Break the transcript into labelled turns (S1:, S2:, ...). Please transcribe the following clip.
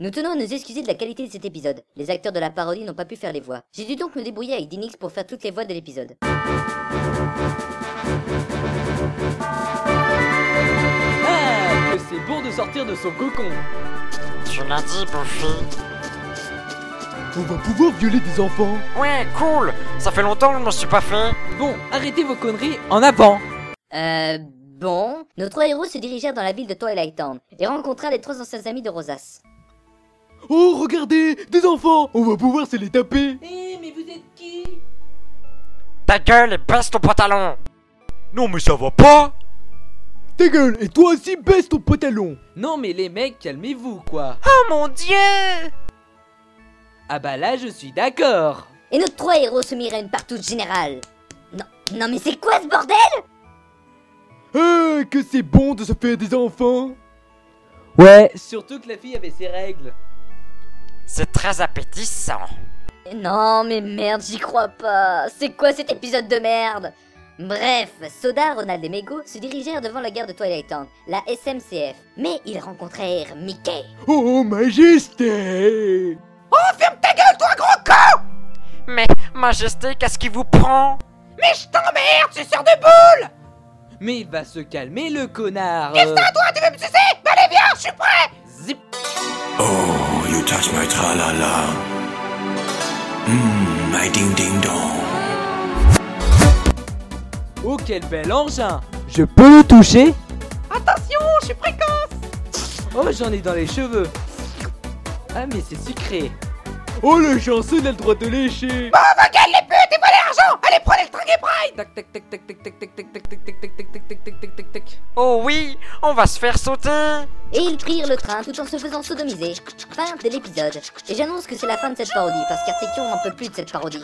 S1: Nous tenons à nous excuser de la qualité de cet épisode. Les acteurs de la parodie n'ont pas pu faire les voix. J'ai dû donc me débrouiller avec Dinix pour faire toutes les voix de l'épisode.
S2: Ah, que c'est bon de sortir de son cocon
S3: Tu l'as dit, Buffy
S4: On va pouvoir violer des enfants
S3: Ouais, cool Ça fait longtemps que je m'en suis pas fait
S2: Bon, arrêtez vos conneries en avant
S1: Euh, bon. Nos trois héros se dirigèrent dans la ville de Twilight Town et rencontrèrent les trois anciens amis de Rosas.
S4: Oh, regardez Des enfants On va pouvoir se les taper
S5: Eh, mais vous êtes qui
S3: Ta gueule et baisse ton pantalon Non mais ça va pas
S4: Ta gueule Et toi aussi, baisse ton pantalon
S2: Non mais les mecs, calmez-vous quoi
S3: Oh mon dieu
S2: Ah bah là, je suis d'accord
S1: Et nos trois héros se mirent à une partout générale. Non, non mais c'est quoi ce bordel
S4: Ah, que c'est bon de se faire des enfants
S2: Ouais Eh, Surtout que la fille avait ses règles
S3: C'est très appétissant
S1: Non, mais merde, j'y crois pas. C'est quoi cet épisode de merde Bref, Soda, Ronald et Mego se dirigèrent devant la gare de Twilight Town, la SMCF. Mais ils rencontrèrent Mickey.
S4: Oh, majesté
S3: Mais, majesté, qu'est-ce qui vous prend
S2: Mais va se calmer le connard Qu'est-ce que toi, tu veux me sucer Allez, viens, je suis prêt Zip
S6: Oh, you touch my tra la la. Mmm, my ding ding dong.
S2: Oh, quel bel engin Je peux le toucher Attention, je suis précoce Oh, j'en ai dans les cheveux Ah, mais c'est sucré
S4: Oh, le chanceux a le droit de lécher
S2: Tac, tac, tac, tac, tac, tac, tac, tac, tac, tac, tac, tac, tac, tac, tac, tac, tac, tac.
S3: Oh oui, on va se faire sauter
S1: Et ils prirent le train tout en se faisant sodomiser. Fin de l'épisode. Et j'annonce que c'est la fin de cette parodie, parce qu'Artekion n'en peut plus de cette parodie.